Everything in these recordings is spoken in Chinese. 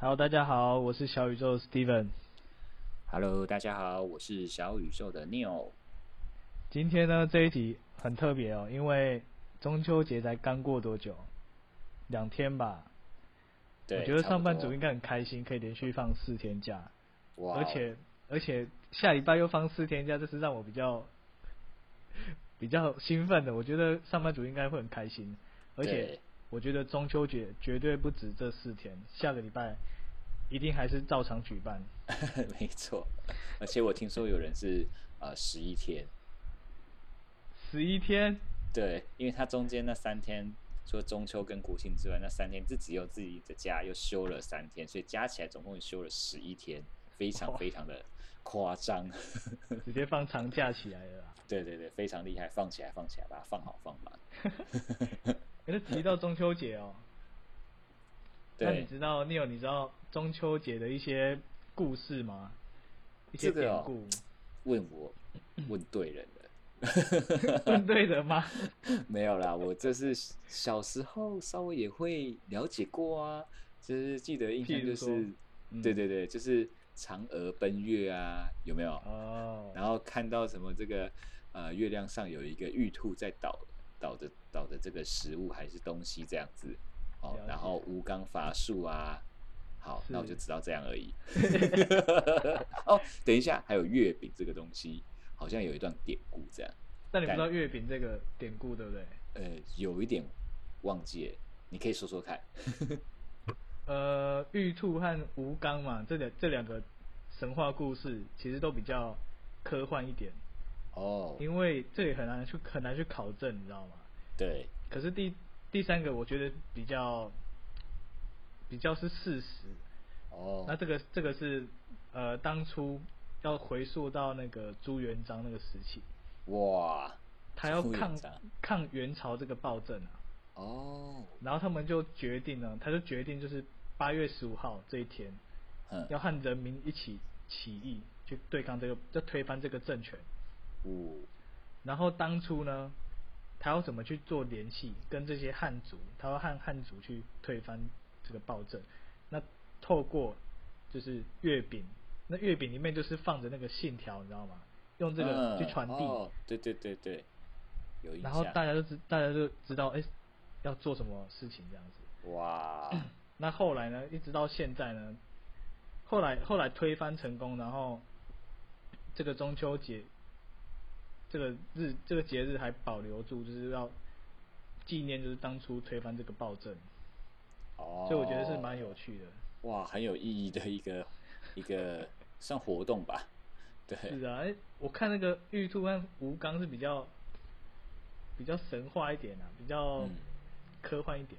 Hello，大家好，我是小宇宙 Steven。 Hello，大家好，我是小宇宙的 Neil。今天呢这一集很特别哦，因为中秋节才刚过多久，两天吧。对，我觉得差不上班多族应该很开心，可以连续放四天假，哇哦，而且而且下礼拜又放四天假，这是让我比较 比较兴奋的。我觉得上班族应该会很开心，而且对我觉得中秋节绝对不止这四天，下个礼拜一定还是照常举办。 没错，而且我听说有人是呃十一天，十一天，对，因为他中间那三天，除了中秋跟国庆之外，那三天自己有自己的假，又休了三天，所以加起来总共休了十一天，非常非常的夸张。 直接放长假起来了啦。对对对，非常厉害，放起来，放起来，把它放好放满。可是提到中秋节哦，那你 对，知道 Neil 你知道中秋节的一些故事吗？一些这个典哦故，问我嗯问对人了。 问对的吗？没有啦，我这是小时候稍微也会了解过啊，就是记得印象就譬如是说，嗯对对对，就是嫦娥奔月啊，有没有？哦，然后看到什么这个呃月亮上有一个玉兔在倒倒着倒着这个食物还是东西这样子，哦了解，然后吴刚伐树啊，好，是那我就知道这样而 已。哦，等一下，还有月饼这个东西，好像有一段典故这样。但你不知道月饼这个典故对不对？呃，有一点忘记了，你可以说说看。呃，玉兔和吴刚嘛，这两这两个神话故事其实都比较科幻一点，哦，因为这也很难去很难去考证，你知道吗？对，可是第第三个我觉得比较比较是事实，哦，那这个这个是呃，当初要回溯到那个朱元璋那个时期，哇，他要朱元抗璋抗元朝这个暴政啊，哦，然后他们就决定呢，他就决定就是八月十五号这一天，嗯，要和人民一起起义去对抗这个，要推翻这个政权。五，然后当初呢，他要怎么去做联系，跟这些汉族，他要和汉族去推翻这个暴政。那透过就是月饼，那月饼里面就是放着那个信条，你知道吗？用这个嗯去传递，哦对对对对，有印然后象。大家就知大家就知道，哎，要做什么事情这样子。 哇，那后来呢，一直到现在呢，后来后来推翻成功，然后这个中秋节这个日这个节日还保留住，就是要纪念就是当初推翻这个暴政，哦，所以我觉得是蛮有趣的。哇，很有意义的一个 一个算活动吧。对，是啊，哎，我看那个玉兔和吴刚是比较比较神话一点啊，比较嗯，科幻一点、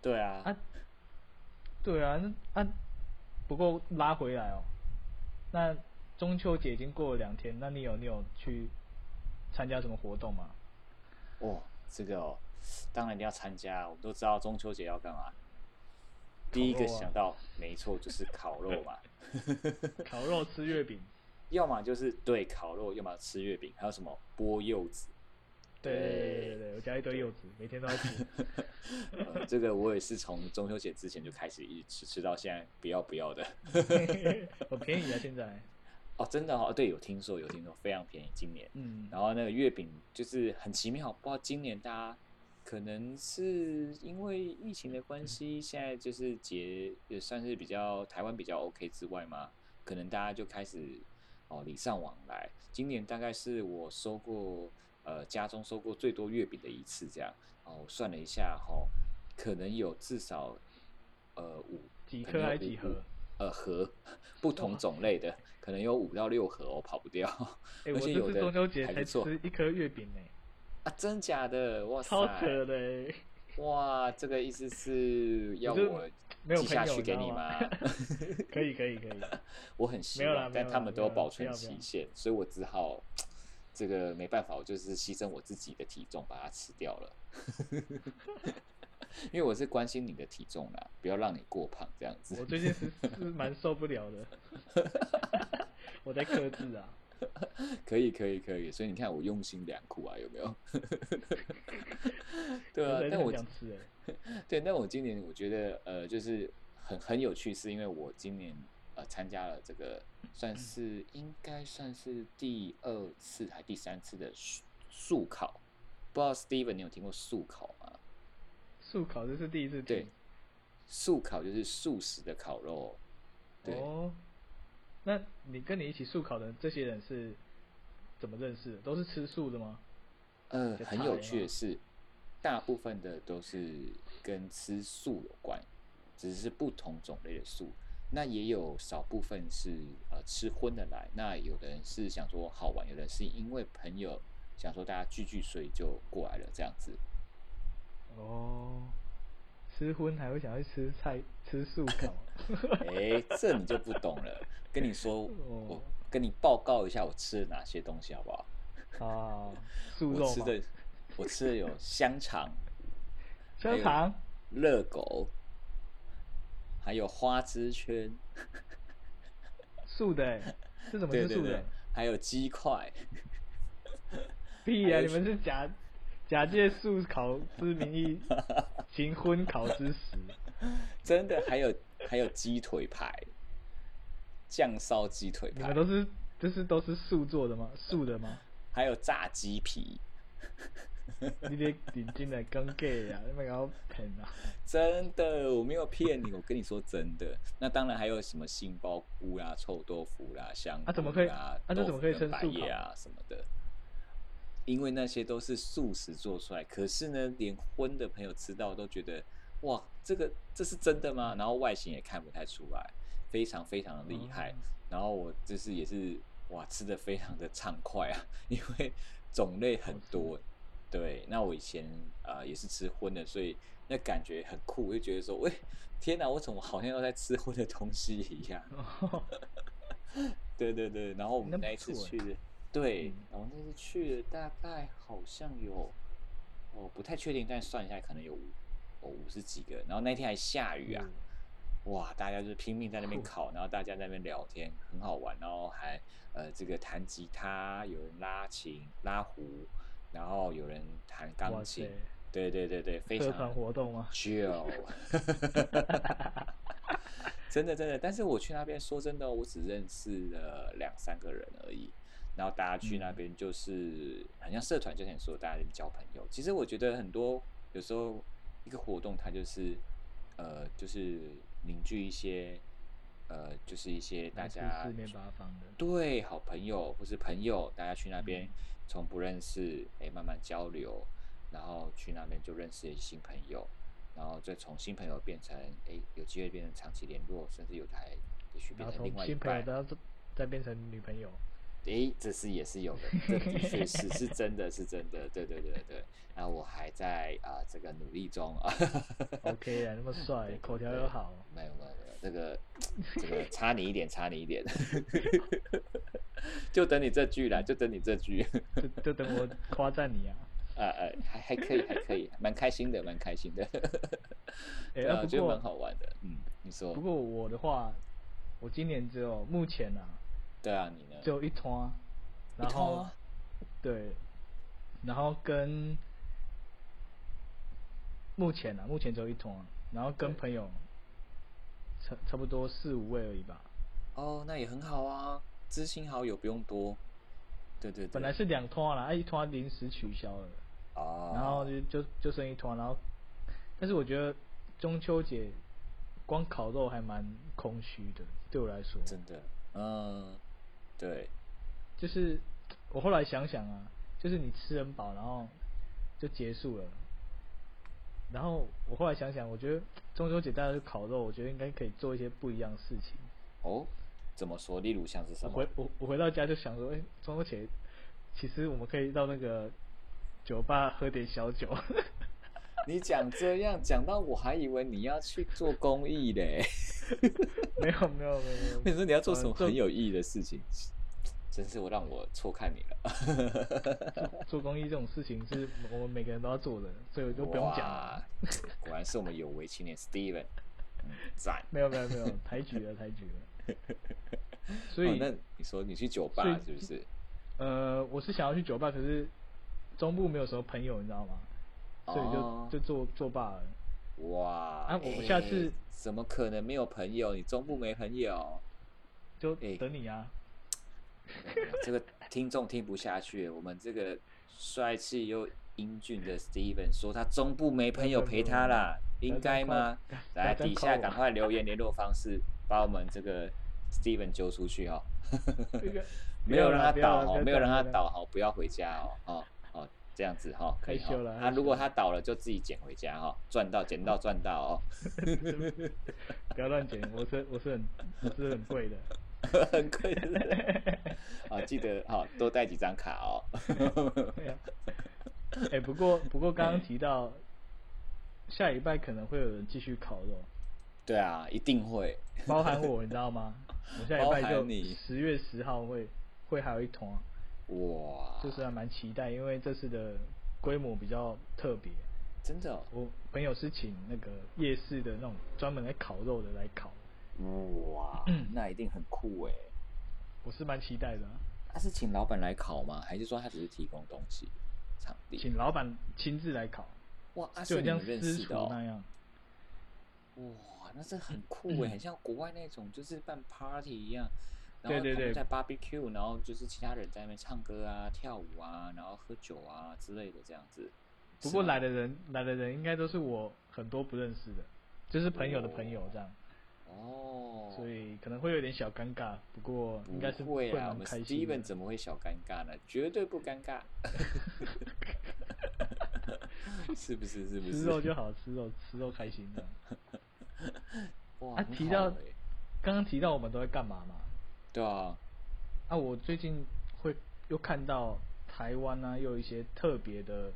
对啊，啊。对啊，那啊，不过拉回来哦，那中秋节已经过了两天，那你有你有去参加什么活动 吗？哦，这个哦，当然一定要参加。我们都知道中秋节要干嘛，第一烤个肉啊想到，没错，就是烤肉嘛。烤肉、吃月饼，要么就是对烤肉，要么吃月饼，还有什么剥柚子。对对对对对，我家一堆柚子，每天都在吃。 呃，这个我也是从中秋节之前就开始一直吃吃到现在，不要不要的。我便宜啊，现在，哦，真的哦，对，有听说有听说，非常便宜，今年。嗯，然后那个月饼就是很奇妙，不知道今年大家可能是因为疫情的关系，现在就是节也算是比较台湾比较 OK 之外嘛，可能大家就开始哦礼尚往来。今年大概是我收过呃家中收过最多月饼的一次，这样哦，我算了一下哦，可能有至少呃五几可颗能有还五几盒五呃盒，不同种类的，可能有五到六盒哦，跑不掉。 哎，我而且这有次的中秋节还才不错吃一颗月饼呢，啊，真假的，哇塞，超扯的 欸，哇，这个意思是要我就我没有记下朋友去给你你知道吗 吗？可以可以可以，我很希没有啦望，没有啦但他们都有没有啦保存不要不要期限，所以我只好这个没办法，我就是牺牲我自己的体重把它吃掉了。 因为我是关心你的体重啦，不要让你过胖这样我子。最近是是蛮受不了 的， 我在克制啊。可以，可以，可以。所以你看我用心良苦啊，有没有？ 对啊我，真的啊但我很想吃哎、对，但我今年我觉得呃，就是很很有趣，是因为我今年呃参加了这个算是应该算是第二次还第三次的速速考，不知道 Steven 你有听过速考吗？速烤这是第一次对听，，素烤就是素食的烤肉。对，哦，那你跟你一起速烤的这些人是怎么认识的？都是吃素的吗？呃，就很烤有肉趣的是，大部分的都是跟吃素有关，只是不同种类的素。那也有少部分是呃吃荤的来，那有的人是想说好玩，有的人是因为朋友想说大家聚聚，所以就过来了这样 子。哦，吃荤还会想要去吃菜 吃素烤？哎，这你就不懂了。跟你说，哦我跟你报告一下我吃了哪些东西好不 好？啊，素我肉吃吗？的，我吃的有香肠、还香有肠热狗，还有花枝圈，素的、 欸，这怎么对是对素的？对，还有鸡块。屁还啊！有你们是假假借素烤之名 义行荤烤之实。真的还有还有鸡腿排，酱烧鸡腿你排们，都是就是都是素做的吗？素的吗？还有炸鸡皮，你得你进来刚 gay 啊，那个喷啊！真的我没有骗你，我跟你说真的。那当然还有什么杏鲍菇啦、臭豆腐啦、香啊怎么菇可以啦啊这豆怎么腐可以跟称百素叶烤啊什么的。因为那些都是素食做出来，可是呢，连荤的朋友吃到都觉得，哇，这个这是真的吗？然后外形也看不太出来，非常非常的厉害。哦然后我就是也是哇，吃的非常的畅快啊， 因为种类很多。对，那我以前呃也是吃荤的，所以那感觉很酷，我就觉得说，喂，天哪，我怎么好像都在吃荤的东西一样？哦对对对，然后我那们不那一次错欸去的，对嗯，然后那次去了大概好像有，我不太确定，但算一下可能有五，哦五十几个。然后那天还下雨啊，嗯哇，大家就是拼命在那边酷烤，然后大家在那边聊天，很好玩，然后还呃这个弹吉他，有人拉琴拉胡，然后有人弹哇钢塞琴，，对对对对，非社常团活动吗？ chill，真的真的，但是我去那边说真的哦，我只认识了两三个人而已。然后大家去那嗯边就是、很像社团，就像你说，大家在那边交朋友。其实我觉得很多有时候一个活动，它就是呃，就是凝聚一些呃，就是一些大来自家四面八方的，对，好朋友或是朋友，大家去那边嗯从不认识，哎，慢慢交流，然后去那边就认识一些新朋友，然后再从新朋友变成哎，有机会变成长期联络，甚至有台也然许变后成另从外一新朋友半，到再变成女 朋友，哎，这是也是有的，这的确是是真的是真的，对对对对。然后我还在啊、这个努力中 啊 OK 啊，那么帅，口条又好，没有没有没有，这个这个差你一点，差你一点， 就等你这句啦，就等你这句。就就等我夸赞 你啊！呃呃，还还可以，还可以，蛮开心的，蛮开心的。哎、 对啊啊，我不觉得蛮过好玩的。嗯，你说不？过我的话，我今年只有目前啊，对啊，你呢？只有一团，一然后通啊对，然后跟目前啊，目前只有一团，然后跟对朋友差差不多四五位而已吧。哦，那也很好啊，知心好友不用多。对对对，本来是两团啦，啊一团临时取消了，哦，然后就就就剩一团，然后但是我觉得中秋节光烤肉还蛮空虚的，对我来说，真的，嗯，对，就是我后来想想啊，就是你吃很饱，然后就结束了。然后我后来想想，我觉得中秋节大家去烤肉，我觉得应该可以做一些不一样的事情。哦，怎么说？例如像是我什么回？我我回到家就想说，哎、中秋节其实我们可以到那个酒吧喝点小酒。你讲这样讲到我还以为你要去做公益嘞， 没有没有没有没有，你说你要做呃什么做很有意义的事情， 真是我让我错看你了。做公益这种事情是我们每个人都要做的，所以我就不用讲了。哇，果然是我们有为青年 Steven，嗯，赞。没有没有没有，抬举了抬举了。所以、哦那你说你去酒吧所以是不是？呃，我是想要去酒吧，可是中部没有什么朋友，你知道吗？所以就、哦就作作罢了。哇！啊我下次哎怎么可能没有朋友？你中部没朋友？就哎等你啊。这个听众听不下去，我们这个帅气又英俊的 Steven 说他中部没朋友陪他啦，应该吗？不要来这样底夸下我赶快留言联络方式，把我们这个 Steven 揪出去哦。这个没有让他不要倒啦哦，不没要有啦让他不要倒哦，不要回家哦，哦哦，这样子哈，可以害羞了嗯哈。害啊，羞如果了他倒了，就自己捡回家哈，赚到捡到赚到哦。 不要乱剪，我是我是很我是很贵的。很贵的人啊，记得哈、多带几张卡哦。对啊哎、不过不过刚刚提到，下礼拜可能会有人继续烤肉，对啊，一定会。包含我，你知道吗？我下礼拜包就含你十月十号会会还有一团，哇，就是还蛮期待，因为这次的规模比较特别。真的、哦、我朋友是请那个夜市的那种专门来烤肉的来烤，嗯哇，那一定很酷哎。我是蛮期待的啊、他、是请老板来烤吗？还是说他只是提供东西、场地？请老板亲自来烤，哇，阿、啊、就是很你像们认私识厨的那哦。样。哇，那这很酷哎，很像国外那种就是办 party 一样。然后嗯对对他对们在 barbecue，然后就是其他人在那边唱歌啊、跳舞啊，然后喝酒啊之类的这样子。不过是吗来的人来的人应该都是我很多不认识的，就是朋友的朋友这样，哦，所以可能会有点小尴尬，不过应该是不会啊啦，我蛮们开心 Steven 的。怎么会小尴尬呢？绝对不尴尬， 是不是？是不吃是？肉就好，吃肉吃肉开心的。哇，啊很提好到欸刚刚提到我们都在干嘛嘛？对啊，啊，我最近会又看到台湾呢、啊，又有一些特别的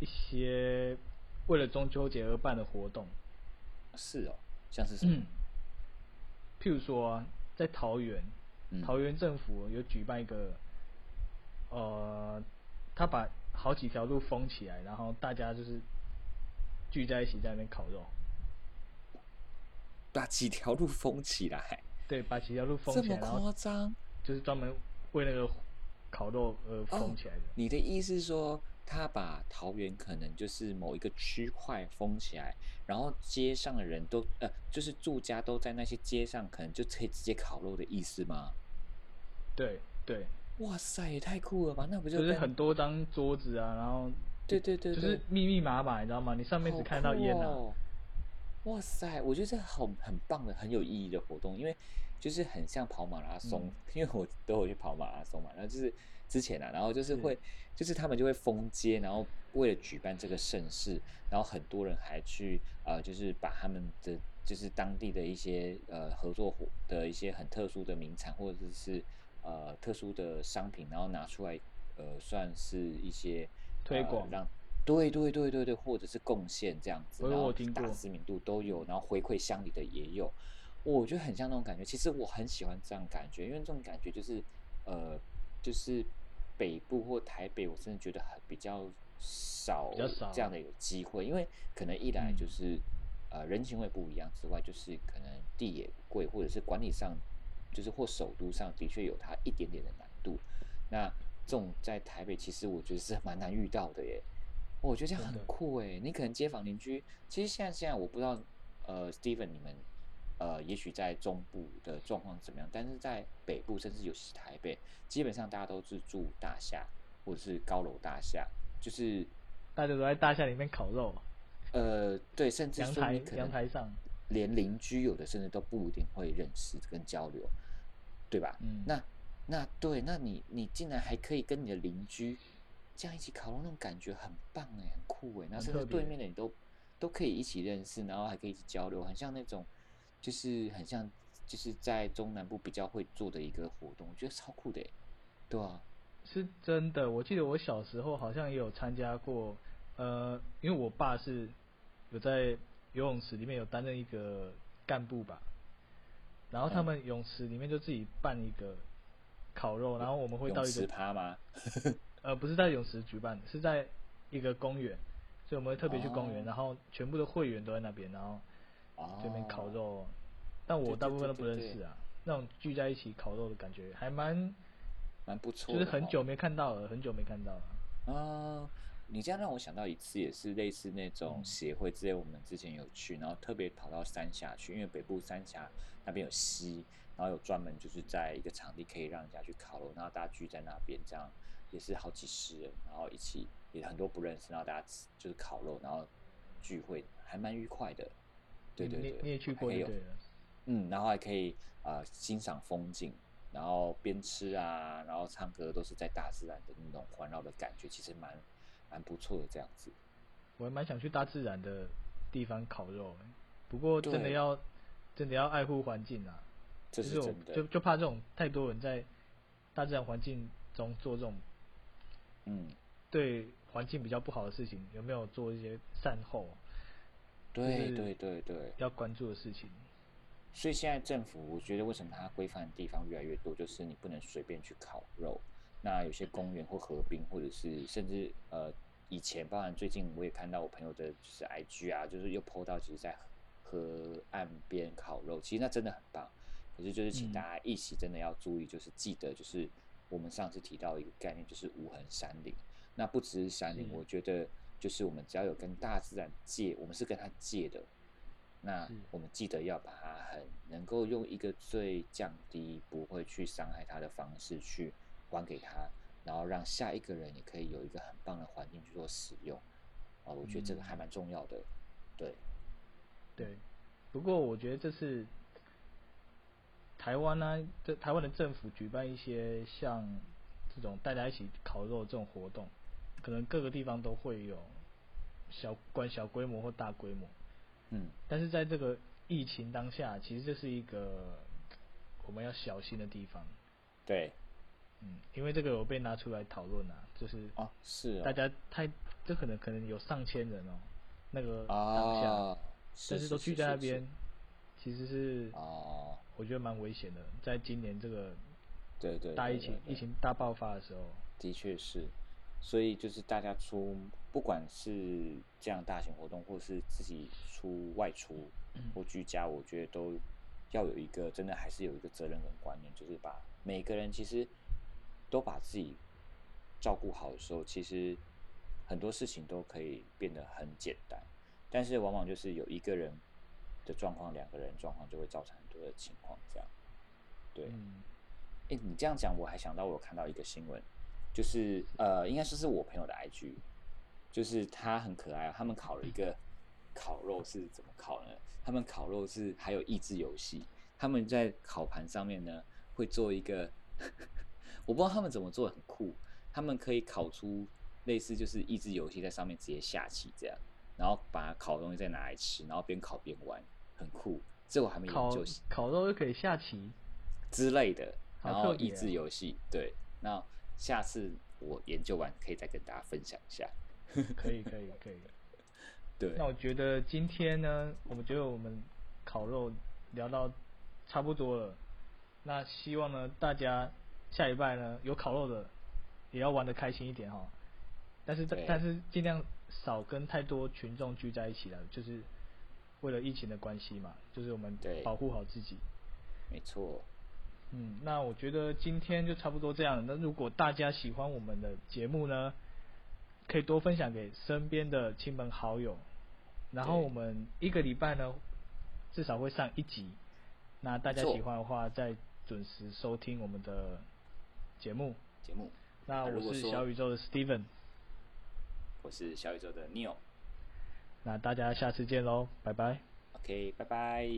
一些为了中秋节而办的活动，是哦，像是什么嗯？，譬如说、啊、在桃园，嗯桃园政府有举办一个，呃，他把好几条路封起来，然后大家就是聚在一起在那边烤肉。把啊几条路封起来，对，把几条路封这起么来，然后夸张？就是专门为那个烤肉而封起来的。你的意思是说，他把桃园可能就是某一个区块封起来，然后街上的人都呃，就是住家都在那些街上，可能就可以直接烤肉的意思吗？对对，哇塞，也太酷了吧！那不就是跟很多张桌子啊，然后对对对就对，是密密麻麻，你知道吗？你上面只看到烟好啊。酷哦哇塞，我觉得这很很棒的、很有意义的活动，因为就是很像跑马拉松，嗯 因为我都有去跑马拉松嘛，然后就是之前啊，然后就是是会，就是他们就会封街，然后为了举办这个盛事，然后很多人还去呃，就是把他们的就是当地的一些呃合作伙的一些很特殊的名产或者是呃特殊的商品，然后拿出来呃算是一些推呃广让。对对对对对，或者是贡献这样子，我有然后我听打过知名度都有，然后回馈乡里的也有，我觉得很像那种感觉。其实我很喜欢这样感觉，因为这种感觉就是，呃，就是北部或台北，我真的觉得很比较少比较少这样的一个机会，因为可能一来嗯就是、呃人情味不一样之外，就是可能地也贵，或者是管理上，就是或首都上的确有它一点点的难度。那这种在台北，其实我觉得是蛮难遇到的耶。我觉得这样真很的酷哎！你可能街坊邻居，其实现在现在我不知道，呃，Steven 你们，呃，也许在中部的状况怎么样，但是在北部，甚至尤其是台北，基本上大家都是住大厦或者是高楼大厦，就是大家都在大厦里面烤肉，呃，对，甚至阳说台你可阳能台上，连邻居有的甚至都不一定会认识跟交流，对吧？嗯，那那对，那你你竟然还可以跟你的邻居这样一起烤肉，那种感觉很棒哎，很酷哎。那很甚至特对别面的你都都可以一起认识，然后还可以一起交流，很像那种就是很像就是在中南部比较会做的一个活动，我觉得超酷的哎。对啊，是真的，我记得我小时候好像也有参加过，呃，因为我爸是有在游泳池里面有担任一个干部吧，然嗯后他们泳池里面就自己办一个烤肉，然后我们会嗯泳到一池个趴吗？呃不是在泳池举办的，是在一个公园，所以我们会特别去公园，哦然后全部的会员都在那边，然后哦，这边烤肉，但我对大部对分对都不对认对识啊，那种聚在一起烤肉的感觉还蛮，蛮不错就的是哦，很久没看到了，很久没看到了。啊，你这样让我想到一次，也是类似那嗯种协会之类，我们之前有去，然后特别跑到三峡去，因为北部三峡那边有溪，然后有专门就是在一个场地可以让人家去烤肉，然后大家聚在那边，这样也是好几十人，然后一起也很多不认识，然后大家吃就是烤肉，然后聚会还蛮愉快的。对对嗯你对，你也去过还就有对了，嗯，然后还可以呃欣赏风景，然后边吃啊，然后唱歌，都是在大自然的那种环绕的感觉，其实蛮蛮不错的这样子。我还蛮想去大自然的地方烤肉欸，不过真的对要真的要爱护环境啊，这就是是我真就的，就怕这种太多人在大自然环境中做这种嗯，对环境比较不好的事情，有没有做一些善后对是对对对。要关注的事情？所以现在政府，我觉得为什么它规范的地方越来越多，就是你不能随便去烤肉。那有些公园或河滨，或者是甚至呃，以前包含最近我也看到我朋友的就是 IG 啊，就是又 PO 到其实在河河岸边烤肉，其实那真的很棒。可是就是请嗯大家一起真的要注意，就是记得就是我们上次提到一个概念，就是无痕山林。那不只是山林，是我觉得就是我们只要有跟大自然借，我们是跟他借的，那是我们记得要把它很能够用一个最降低不会去伤害它的方式去还给他，然后让下一个人也可以有一个很棒的环境去做使用。啊，我觉得这个还嗯蛮重要的。对，对，不过我觉得这次台湾呢、啊这台湾的政府举办一些像这种大家一起烤肉这种活动，可能各个地方都会有小管小规模或大规模，嗯，但是在这个疫情当下，其实这是一个我们要小心的地方。对，嗯，因为这个有被拿出来讨论啊，就是哦，是大哦，家太这可能可能有上千人哦，那个当下，啊，但是都聚在那是边，其实是哦，我觉得蛮危险的。在今年这个对对，大对疫情对疫情大爆发的时候，的确是，所以就是大家出，不管是这样大型活动，或是自己出外出或居家，我觉得都要有一个真的还是有一个责任跟观念，就是把每个人其实都把自己照顾好的时候，其实很多事情都可以变得很简单。但是往往就是有一个人的状况，两个人状况就会造成很多的情况，这样。对，嗯，哎、你这样讲，我还想到我有看到一个新闻，就是呃，应该说是我朋友的 IG，就是他很可爱啊，他们烤了一个烤肉是怎么烤呢？他们烤肉是还有益智游戏，他们在烤盘上面呢会做一个， 我不知道他们怎么做得很酷，他们可以烤出类似就是益智游戏在上面直接下棋这样，然后把烤的东西再拿来吃，然后边烤边玩，很酷。这我还没研烤究烤肉又可以下棋，之类的，好然特后别哦益智游戏。对，那下次我研究完可以再跟大家分享一下。可以可以可以。对那，我觉得今天呢，我觉得我们烤肉聊到差不多了，那希望呢大家下礼拜呢有烤肉的也要玩的开心一点哈、但是对但是尽量少跟太多群众聚在一起了，就是为了疫情的关系嘛，就是我们对保护好自己。没错，嗯，那我觉得今天就差不多这样了。那如果大家喜欢我们的节目呢，可以多分享给身边的亲朋好友。然后对我们一个礼拜呢，至少会上一集。那大家没错喜欢的话，再准时收听我们的节目。节目，那那如我果是说小宇宙的 Steven，我是小宇宙的 Neil。那大家下次见喽，拜拜。 OK，拜拜。